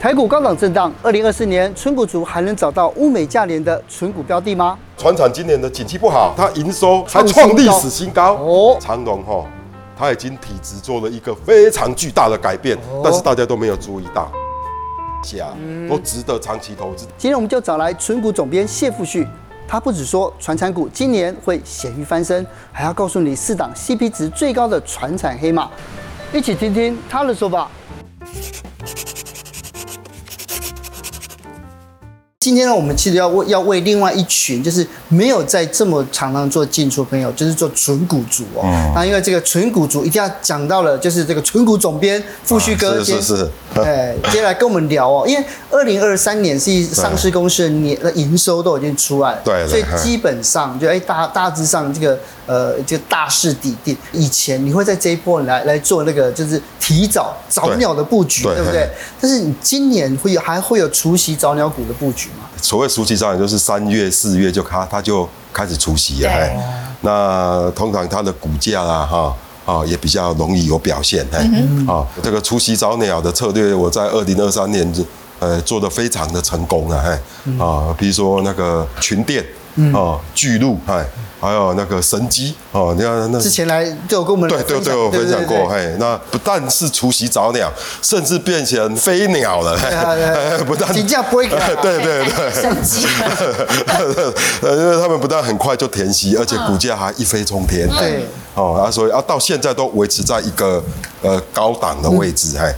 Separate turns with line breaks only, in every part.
台股高档震荡，二零二四年纯股族还能找到物美价廉的纯股标的吗？
船厂今年的景气不好，它营收还
创新
创历
高
史新高。
哦
哦，长荣哈，它已经体质做了一个非常巨大的改变，
哦
但是大家都没有注意到，下
嗯
都值得长期投资。
今天我们就找来纯股总编谢富旭，他不只说传产股今年会咸鱼翻身，还要告诉你四档 CP 值最高的传产黑马，一起听听他的说法。今天呢，我们其实要为要为另外一群就是没有在这么常常做进出的朋友，就是做纯股族哦。
嗯
那因为这个纯股族一定要讲到了，就是这个纯股总编富旭哥、
啊是
今天
是是
哎，接下来跟我们聊哦，因为二零二三年是上市公司的年的营收都已经出来了，
对对
所以
嗯
基本上就哎大大致上这个呃这个大势底定。以前你会在这一波来来做那个就是提早早
对
鸟的布局，
对
对不对？但是你今年会有还会有除夕早鸟股的布局吗？
所谓暑期上，也就是三月、四月就开，它就开始除息了。
对
哎那通常它的股价啦，哈。啊，也比较容易有表现，哎，
嗯
啊，这个除夕早鸟的策略，我在二零二三年，呃，做的非常的成功了，哎，
嗯
啊，比如说那个群电，啊，巨鹿，哎，还有那个神机，哦，你看那
之前来就有跟我们
对对
分享
对，我分享
对
过，
对对
嘿，那不但是除夕早鸟，甚至变成飞鸟了，嘿
啊对
嘿不但
金价不会改啊 啊
对对对，
神机，
呃，因为他们不但很快就填息，而且股价还一飞冲天。
对
哦，啊，所以啊，到现在都维持在一个呃高档的位
嗯
置，嘿。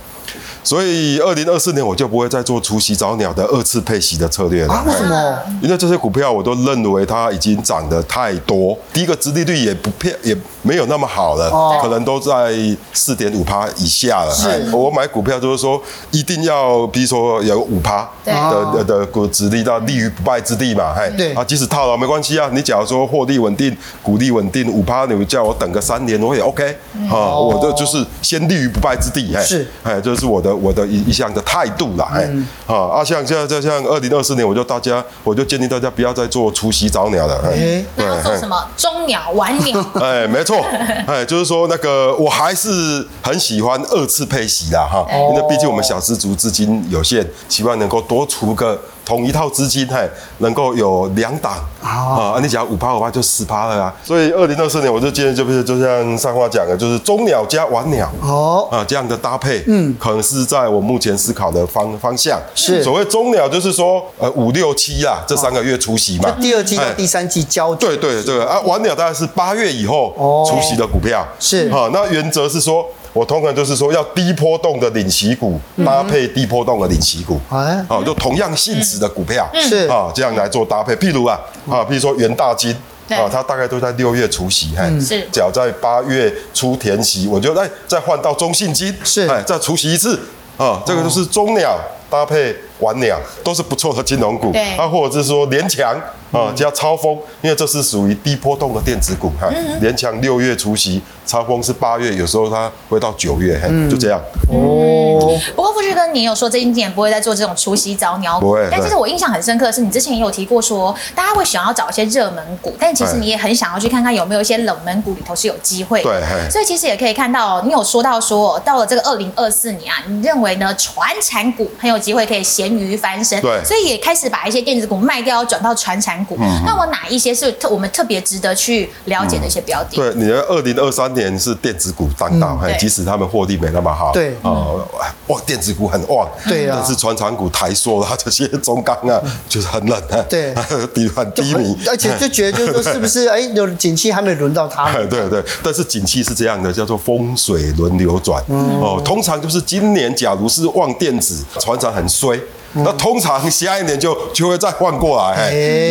所以二零二四年我就不会再做除夕早鸟的二次配息的策略了。
啊，为
嘿
什么？
因为这些股票我都认为它已经涨得太多，第一个殖利率也不骗，也没有那么好了，
哦
可能都在四点五趴以下了。
是
哎我买股票就是说一定要，比如说有五趴
对
的的的股殖利，到立于不败之地嘛，嘿，
哦对
啊，即使套牢没关系啊，你假如说获利稳定，股利稳定，五趴，你叫我等个三年，我也 OK
嗯
啊，我这就是先立于不败之地，嘿，
是
哎，这是我的我的一一项的态度啦，哎，啊啊，像像像像二零二四年，我就大家我就建议大家不要再做除夕早鸟了，
哎
哎，
那要做什么？中鸟、晚 鸟，
哎，没错，哎，就是说那个，我还是很喜欢二次配息啦，哈，
哦
因为毕竟我们小资族资金有限，希望能够多出个同一套资金，嘿，能够有两档
哦
啊，你讲五趴五趴就十趴了啊，所以二零二四年我就建议就是就像上花讲的，就是中鸟加晚鸟，
哦，
啊，这样的搭配，嗯，可能是在我目前思考的方方向。
是
所谓中鸟，就是说，呃，五六七啊，这三个月除息嘛。
第二季到
哎
第三季交
对对对啊，晚鸟大概是八月以后
哦
除息的股票。
是
好，那原则是说，我通常就是说要低波动的领息股搭配低波动的领息股。
嗯哎嗯
好，就同样性质的股票。
是
啊，这样来做搭配。譬如啊，啊，譬如说元大金。
对
啊，它大概都在六月除息，嘿，
嗯
是
只要在八月初填息，我就哎再换到中信金，
是
哎再除息一次，啊，这个就是中鸟搭配晚鸟都是不错的金融股，
对
啊，或者是说联强啊加超风，因为这是属于低波动的电子股，哈，
嗯
联强六月除息，超风是八月，有时候它会到九月，嘿，
嗯
就这样，
哦，
不过富士哥，你有说这一年不会再做这种除夕早鸟
不
股
会，
但其实
对
我印象很深刻的是，你之前也有提过说，大家会想要找一些热门股，但其实
对
你也很想要去看看有没有一些冷门股里头是有机会的。
对嘿
所以其实也可以看到，你有说到说，到了这个二零二四年啊，你认为呢，传产股很有机会可以咸鱼翻身，
对嗯
所以也开始把一些电子股卖掉，转到传产股。那我哪一些是特我们特别值得去了解的一些标的？
对，你的二零二三年是电子股当道，嘿
对
即使他们获利没那么好，
嗯对
哦，哇，电子股很旺，
对啊嗯
但是船产股台塑啦这些中钢啊，就是很冷啊，
对，
低很低迷，
而且就觉得就是说，是不 是哎，有景气还没轮到他们？
哎 对对，但是景气是这样的，叫做风水轮流转。
嗯
哦，通常就是今年假如是旺电子，船长很衰。
嗯
那通常下一年就就会再换过来，嘿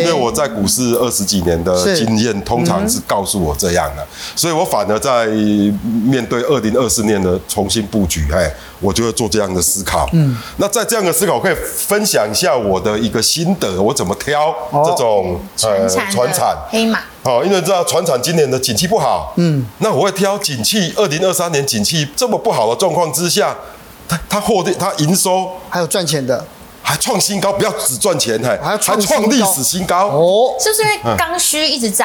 哎
因为我在股市二十几年的
是
经验，通常是告诉我这样的，所以我反而在面对二零二四年的重新布局，哎，我就会做这样的思考。嗯，那在这样的思考，我可以分享一下我的一个心得，我怎么挑这种
哦
呃
传产、
船产
黑马，
好，因为知道船厂今年的景气不好，嗯，那我会挑景气，二零二三年景气这么不好的状况之下，它它获利它营收
还有赚钱的
还创新高，不要只赚钱，嘿，
还要创新高
创历史新高，
哦，
嗯
是不是因为刚需一直在？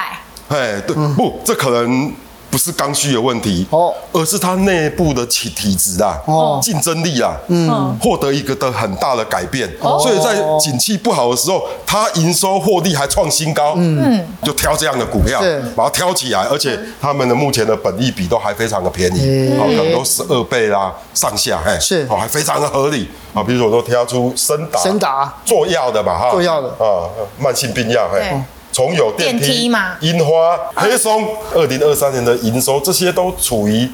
哎，对，不，这可能。不是刚需的问题
哦
嗯哦，而是它内部的体体质啊，
哦
哦，竞争力啊，嗯，哦获得一个的很大的改变，所以在景气不好的时候，它营收获利还创新高，嗯，就挑这样的股票
是，
把它挑起来，而且他们的目前的本益比都还非常的便宜
嗯，
哦，可能都十二倍啦上下，哎，
是
哦，还非常的合理啊，比如说我都挑出森达，
森达
啊做药的嘛哈，
做药的
啊，慢性病药，
对
哎。从有电
电梯
梯
嘛
樱花、黑松，二零二三年的营收这些都处于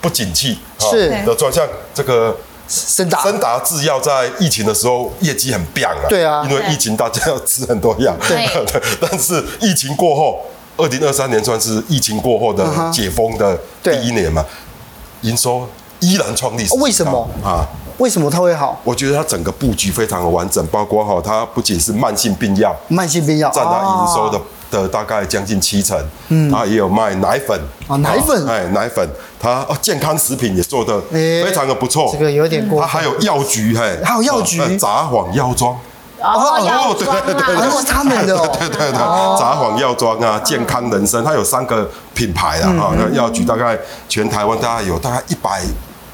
不景气，哈
是
的转向这个。
森达
森达制药在疫情的时候业绩很棒啊，
对啊
因为疫情大家要吃很多药，
对
但是疫情过后，二零二三年算是疫情过后的
嗯哼
解封的第
对
一年嘛，营收依然创历史新高，
为什么
啊？
为什么它会好？
我觉得它整个布局非常的完整，包括哈，它不仅是慢性病药，
慢性病药
占它营收的、
哦
的大概将近七成。嗯，它也有卖奶粉
啊奶粉
哎，奶粉，它哦健康食品也做的
哎
非常的不错。
这个有点过
它
分。
还有药局，嘿，
还有药局
呃杂谎药妆。
哦，药
哦对
妆
对对对
啊，那是
啊，
他们的哦。
对对对，杂谎药妆啊，健康人参，它有三个品牌
嗯
啦哈。那药局大概全台湾大概有大概一百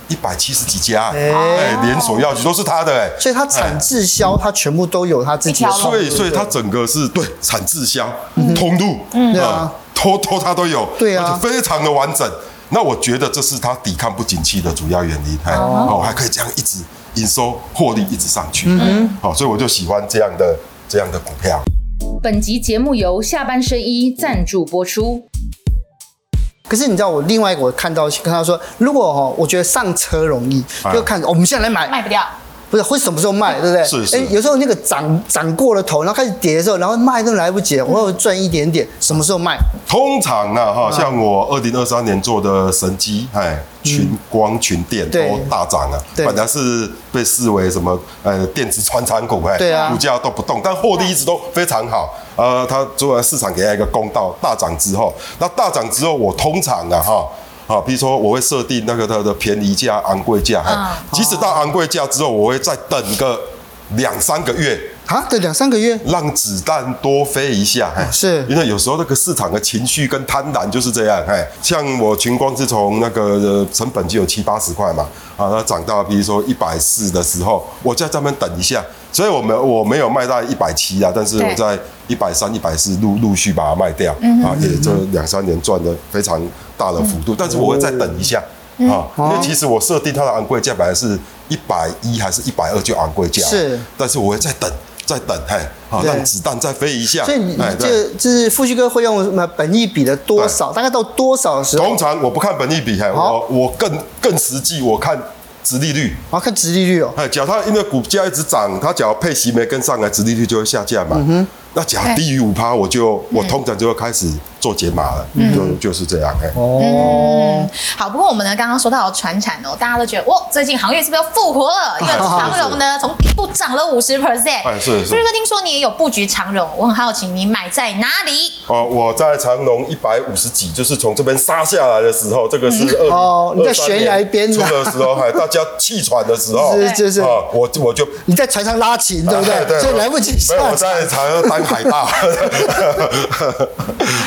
一百七十几家，
哎
哎，连锁药局都是它的，哎，
所以它产滞销，它全部都有它自己的
一条龙
手
所
段。
以，哎所以它整个是对产滞销、通路，
嗯对啊，
偷偷它都有，
对啊
而且非常的完整。那我觉得这是它抵抗不景气的主要原因，哎，哦，还可以这样一直营收获利一直上去，嗯，好，所以我就喜欢这样的这样的股票。
本集节目由下半身衣赞助播出。
可是你知道，我另外一个我看到跟他说，如果哦，我觉得上车容易，
啊
就看、哦我们现在来买，
卖不掉，
不是会什么时候卖，对不对？
是是
哎有时候那个涨涨过了头，然后开始跌的时候，然后卖都来不及了，我有赚一点点，什么时候卖？
通常呢，
嗯
哈，像我二零二三年做的神机，哎，群光、群电都
对
大涨啊，
对
本来是被视为什么呃电子穿仓股，哎，
对啊嗯
股价都不动，但获利一直都非常好。呃，它作为市场给它一个公道，大涨之后，那大涨之后，我通常啊，哈。啊，比如说我会设定那个它的便宜价、昂贵价，哎
嗯
即使到昂贵价之后，我会再等个两三个月，
啊，对，两三个月，
让子弹多飞一下，哎，
哦是
因为有时候那个市场的情绪跟贪婪就是这样，哎，像我群光是从那个呃成本就有七八十块嘛，啊，它涨到比如说一百四的时候，我在这边等一下，所以我们我没有卖到一百七啊，但是
对
我在一百三、一百四陆陆续把它卖掉，啊，也这两三年赚的非常大的幅度，但是我会再等一下。啊，因为其实我设定它的昂贵价本来是一百一还是一百二就昂贵价，
是，
但是我会再等，再等，嘿，好
对
让子弹再飞一下。
所以你
哎对
这就是富旭哥会用什么本益比的多少，大概到多少的时候
通，常我不看本益比，嘿，
好
我我更更实际，我看殖利率。
然后看殖利率哦。
哎，假如它因为股价一直涨，它假如配息没跟上来，殖利率就会下降
嗯
嘛。那假如低于五趴，我
哎
就我通常就会开始做解码了，就就是这样，哎。
嗯哦，
嗯，好。不过我们呢，刚刚说到船产哦，大家都觉得哇，最近行业是不是要复活 了？因为长荣呢，从底部涨了五十 percent，
哎是是
所以说听说你也有布局长荣，我很好奇你买在哪里？
哦，我在长隆一百五十几，就是从这边杀下来的时候，这个是二
哦你在悬崖边
出
呢
的时候，嗨，大家气喘的时候，
是是是
啊，我我就
你在船上拉琴，对不
哎
对？所以来不及
没有，
下
我
场。
在常常当海盗。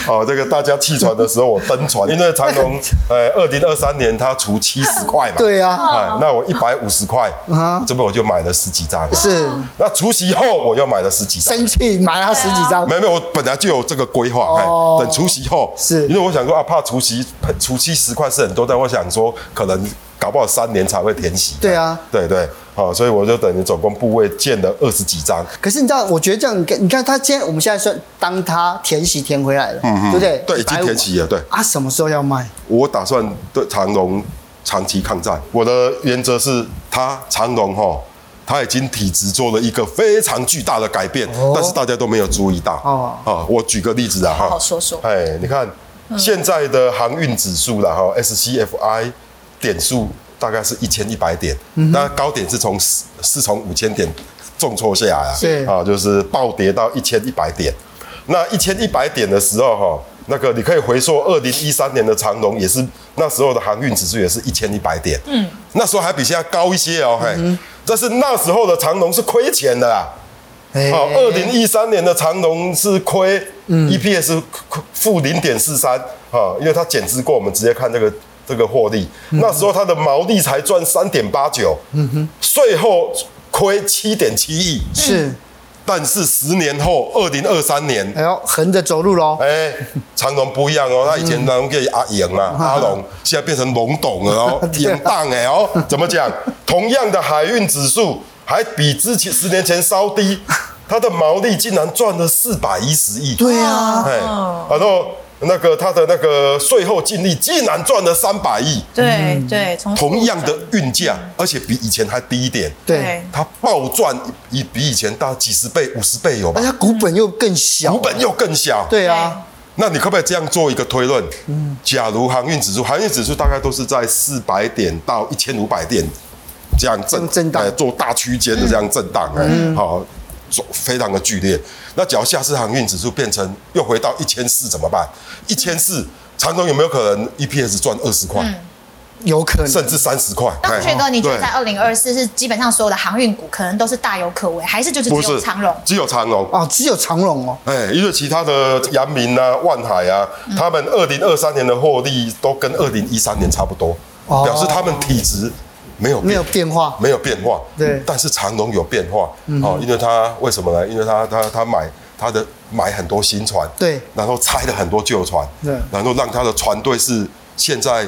哦，这个大家弃船的时候，我登船，因为长 隆呃，二零二三年它除七十块嘛，
对 啊
哎，那我一百五十块
啊，
这边我就买了十几张，
是
那除夕后我又买了十几张。
生气买他十几张
没，有没有，我本来就有这个规划，哎、
哦
等除夕后，
是
因为我想说啊，怕除夕除夕十块是很多，但我想说可能搞不好三年才会填息，
对啊
哎对对，好、所以我就等于总共部位建了二十几张，
可是你知道，我觉得这样，你看，你看他今天，我们现在算当他填息填回来了，对不对？
嗯对，已经填息
了。
了，对。
啊，什么时候要卖？
我打算对长荣长期抗战。我的原则是，它长荣哈，它已经体质做了一个非常巨大的改变，
哦
但是大家都没有注意到。
哦
哦，啊，我举个例子啊，
好
哈，
好说说
哎，你看现在的航运指数啦，哈，SCFI 点数大概是一千一百点，那高点是从是是从五千点重挫下来啊，
是
啊，就是暴跌到一千一百点。那一千一百点的时候，哈，那个你可以回溯二零一三年的长荣，也是那时候的航运指数也是一千一百点，嗯，那时候还比现在高一些哦，嘿，但是那时候的长荣是亏钱的啦，
哎
哦，二零一三年的长荣是亏，EPS 负零点四三啊，因为它减资过，我们直接看这个这个获利，那时候它的毛利才赚三点八九，嗯哼，税后亏七点七亿，
是，
但是十年后二零二三年，
哎呦，横着走路喽。
哎，长隆不一样哦，他以前
嗯
长隆叫阿莹嘛，阿 龙，现在变成龙董了哦，
啊
淫荡哎哦，怎么讲？同样的海运指数还比之前十年前稍低，它的毛利竟然赚了四百一十亿，
对啊，
哎，然后那个它的那个税后净利竟然赚了三百亿，
对对，从
嗯同样的运价，而且比以前还低一点，
对，
它暴赚一比以前大几十倍、五十倍有吧
而且？它股本又更小，
股本又更小，
对啊，
那你可不可以这样做一个推论？假如航运指数，航运指数大概都是在四百点到一千五百点这样震
震荡
哎做大区间的这样震荡，哎、好，做非常的剧烈。那假如下次航运指数变成又回到一千四怎么办？一千四，长荣有没有可能 EPS 赚二十
嗯
块，
有可能
甚至三十块？
那
哎
学哥，你觉得
对
在二零二四是基本上所有的航运股可能都是大有可为，还是就是只
不
有
是
长荣？
只有长荣
哦，只有长荣哦，
哎，因为其他的阳明啊、万海啊，
嗯
他们二零二三年的获利都跟二零一三年差不多，
哦
表示他们体质没有
没
变
有变化，
没有变化。
对嗯
但是长隆有变化哦，因为他为什么呢？因为他他他买他的买很多新船，
对
然后拆了很多旧船，
对
然后让他的船队是现在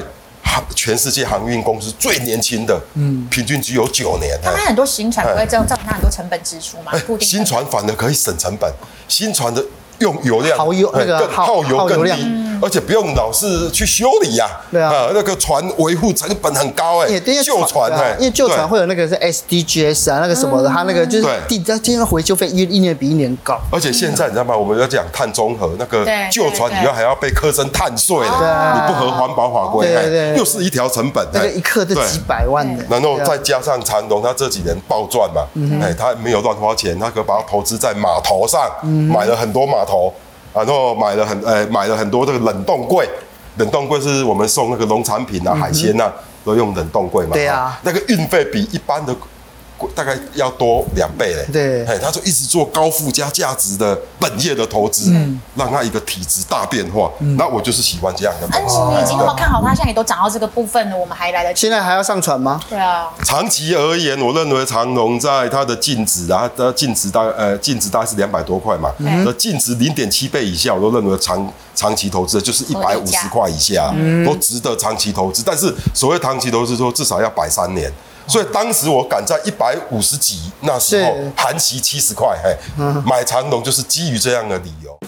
航全世界航运公司最年轻的，嗯，平均只有九年。
他
哎
们很多新船不会这样造成他很多成本支出嘛
哎，
固定成
新
本
船反而可以省成本，新船的用油量
耗油
哎
那个
更
耗
耗油
耗油
更
量嗯
低，而且不用老是去修理呀。
对啊
那个船维护成本很高哎
也因为，
旧船
对啊
哎，
因为旧船
对嗯
会有那个是 SDGs 啊，那个什么的，它那个就是
对
地，它今天回修费一一年比一年高。
而且现在你知道吗？我们要讲碳中和，那个
对
旧船
对对
以后还要被课征碳税嘞，
对啊
你不合环保法规，
对对
哎
对
又是一条成本，
那个
哎
一克都
对
几百万的，
然后
对啊嗯
再加上长隆，他这几年暴赚嘛，哎，他没有乱花钱，他可把它投资在码头上，
嗯
买了很多码头，然后买了很呃买了很多这个冷冻柜，冷冻柜是我们送那个农产品啊、海鲜啊，都用冷冻柜嘛，
嗯对啊
哈那个运费比一般的。大概要多两倍嘞，
对
哎，他就一直做高附加价值的本业的投资，
嗯
让他一个体质大变化。那我就是喜欢这样
啊
的
但
公司
嗯是。你已经那么看好它，现在也都涨到这个部分了，我们还来得及？
现在还要上船吗？
对啊，
长期而言，我认为长隆在它的净值啊，它的净值大呃净值大概是两百多块嘛，那净值零点七倍以下，我都认为长长期投资的就是一百五十块以下，都值得长期投资。但是所谓长期投资，说至少要摆三年。所以当时我敢在一百五十几那时候
是
含息七十块，嘿，买长隆就是基于这样的理由。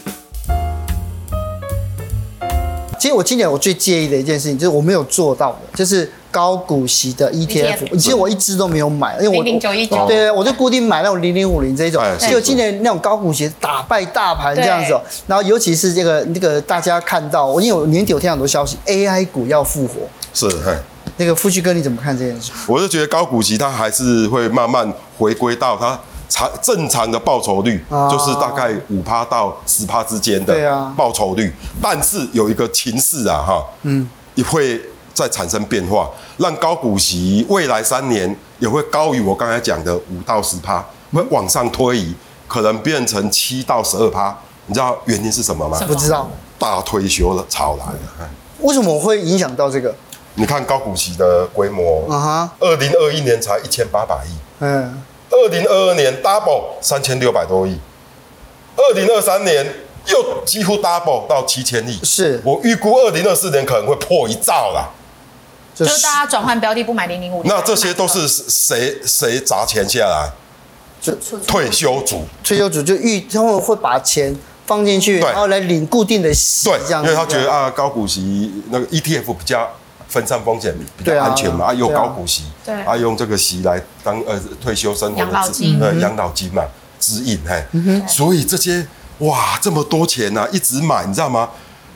其实我今年我最介意的一件事情，就是我没有做到的，就是高股息的 ETF。
ETF
其实我一直都没有买，因为我
00919
对，我就固定买那种零零五零这一种
哎。是
结果今年那种高股息打败大盘这样子哦。然后尤其是这个那个大家看到，我因为我年底我听到很多消息，AI 股要复活。
是，嘿，
那个富旭哥你怎么看这件事？
我是觉得高股息它还是会慢慢回归到它常正常的报酬率，
啊
就是大概五趴到十趴之间
对
的
啊
报酬率。但是有一个情势啊，哈，嗯，也会再产生变化，让高股息未来三年也会高于我刚才讲的五到十趴，会往上推移，可能变成七到十二趴。你知道原因是什么吗？
不知道
大退休的潮来了。哎
为什么会影响到这个？
你看高股息的规模，
啊哈，
二零二一年才一千八百亿。
嗯，
二零二二年 double 三千六百多亿，二零二三年又几乎 double 到七千亿。
是
我预估二零二四年可能会破一兆啦。
就
就是大家转换标的不买零零五零，
那这些都是谁谁砸钱下来？
就
退休族
退休组就预他们会把钱放进去，
对
然后来领固定的息
对，
这样
因
子。
为他觉得啊，高股息那个 ETF 比较分散风险，比
对
较
啊
安全嘛，啊，有
对啊
高股息，
对
啊，用这个息来当呃退休生活的
养老
资
金
呃养老金嘛，指引嘿，
嗯
所以这些哇这么多钱呐、一直买，你知道吗？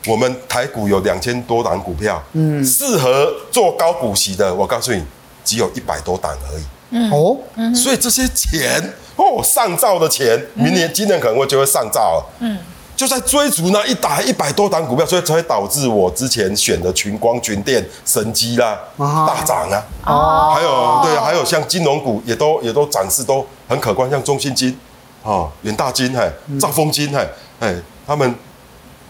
我们台股有两千多档股票，嗯，适合做高股息的，我告诉你，只有一百多档而已。
哦，
所以这些钱哦，上兆的钱，明年、今年可能会就会上兆了。嗯，就在追逐那一打一百多档股票，所以才会导致我之前选的群光、群电、神机啦、
啊
大涨啊。
哦
还有对啊，还有像金融股也都也都涨势都很可观，像中信金、哦元大金、哎兆丰金、哎哎他们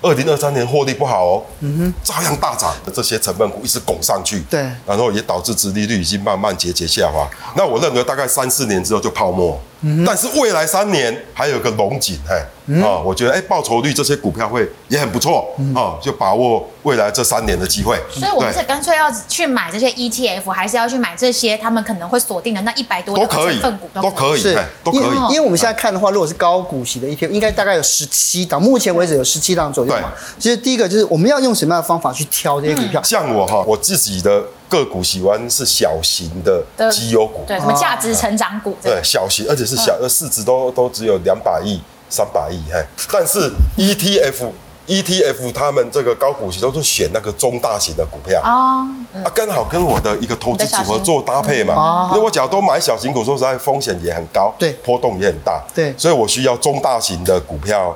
二零二三年获利不好哦，嗯哼，照样大涨，这些成分股一直拱上去，
对
然后也导致殖利率已经慢慢节节下滑。那我认为大概三四年之后就泡沫，但是未来三年还有个龙井，哎，啊、我觉得哎报酬率这些股票会也很不错，啊、就把握未来这三年的机会。
所以我们
对
是干脆要去买这些 ETF，还是要去买这些他们可能会锁定的那一百多
都
档
可
成
以
分股，
都可以，
是
哎，都可
因为
以。
因为我们现在看的话，如果是高股息的 ETF，应该大概有十七档，目前为止有十七档左右嘛。其实第一个就是我们要用什么样的方法去挑这些股票，
啊像我哈，我自己的个股喜欢是小型的
的
绩优股，
对，嗯什么价值成长股这
对
种，
小型，而且是小，呃市值都都只有两百亿、三百亿，嘿。但是 E ETF ETF 他们这个高股息都是选那个中大型的股票。
哦，
啊，刚好跟我的一个投资组合做搭配
哦
嘛。因为我假如都买小型股，说实在风险也很高，
对
波动也很大，
对啊
所以我需要中大型的股票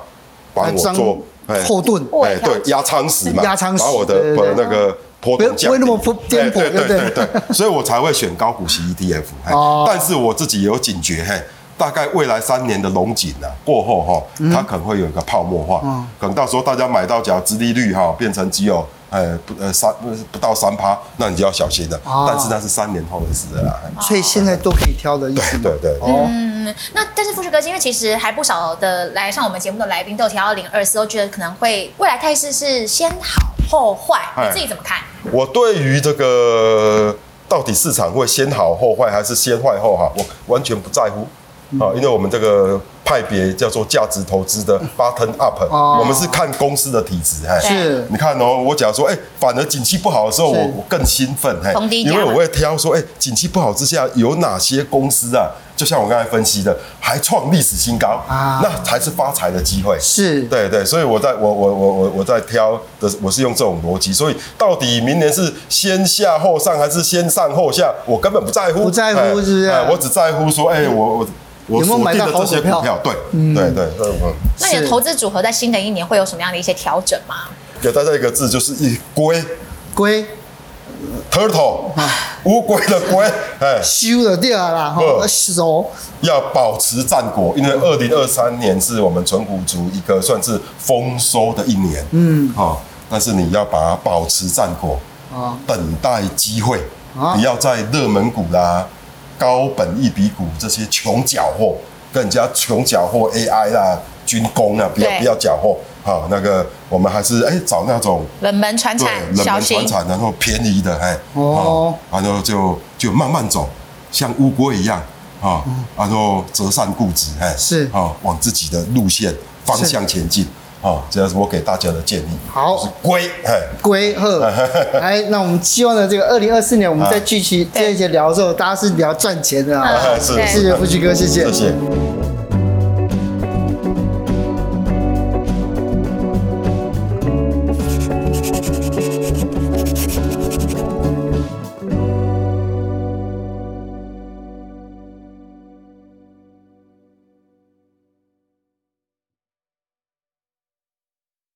帮我做哎
后盾。
过
哎，
一条
对，压仓石嘛，
压仓石
把我的
对对对
呃那个波动降低
不会那么波颠簸
哎
对
对对
不对
对对，所以我才会选高股息 ETF 嘿。
哦
但是我自己也有警觉，嘿，大概未来三年的龙井啊过后哈，
嗯
它可能会有一个泡沫化，
哦
可能到时候大家买到假如殖利率哈变成只有。呃不呃三不不到三趴，那你就要小心了。
哦
但是那是三年后的事了啦。嘿
所以现在都可以挑的意思吗
对对对
哦，
嗯，那但是富士哥，因为其实还不少的来上我们节目的来宾都有提到零二四，都觉得可能会未来态势是先好后坏，
哎
你自己怎么看？
我对于这个到底市场会先好后坏，还是先坏后好，我完全不在乎。
嗯
啊，因为我们这个派别叫做价值投资的 button up，、
哦
我们是看公司的体质，哎，
是
你看哦，我假如说，哎、反而景气不好的时候，
是
我我更兴奋，嘿
逢低加
因
嘛
为我会挑说，哎、景气不好之下有哪些公司啊？就像我刚才分析的，还创历史新高
啊
那才是发财的机会。
是
对对，所以我在我我我我我在挑的，我是用这种逻辑，所以到底明年是先下后上还是先上后下，我根本不在乎，
不在乎
哎
是不是嗯
哎我只在乎说，哎，我我
有
我
没有
锁
买
定
到
的
好
这些
股票
股票，对对对，嗯嗯，
那你的
是
投资组合在新的一年会有什么样的一些调整吗？
给大家一个字，就是一龟
龟
turtle，乌龟的龟，哎，
修了掉了啦，哈，哦
嗯
手
要保持战果，因为二零二三年是我们纯股族一个算是丰收的一年，嗯，好、但是你要把它保持战果，
啊
等待机会，
啊
不要在热门股啦、高本一比股这些穷缴获，跟人家穷缴获 AI 啦、军工啊，不要
对
不要缴获。好，那个我们还是哎、找那种
冷门传
对
产，
冷
小
门
型
船产，然后便宜的哎，
哦
啊然后就就慢慢走，像乌龟一样啊，然后折扇固执哎，
嗯是
啊，往自己的路线方向前进啊，这是我给大家的建议。
好
就是龟哎。
龟 鹤，哎，那我们希望呢，这个二零二四年我们在聚集这一节聊的时候，大家是聊赚钱的啊，
嗯
是
对
谢谢夫妻哥，谢谢，
谢谢。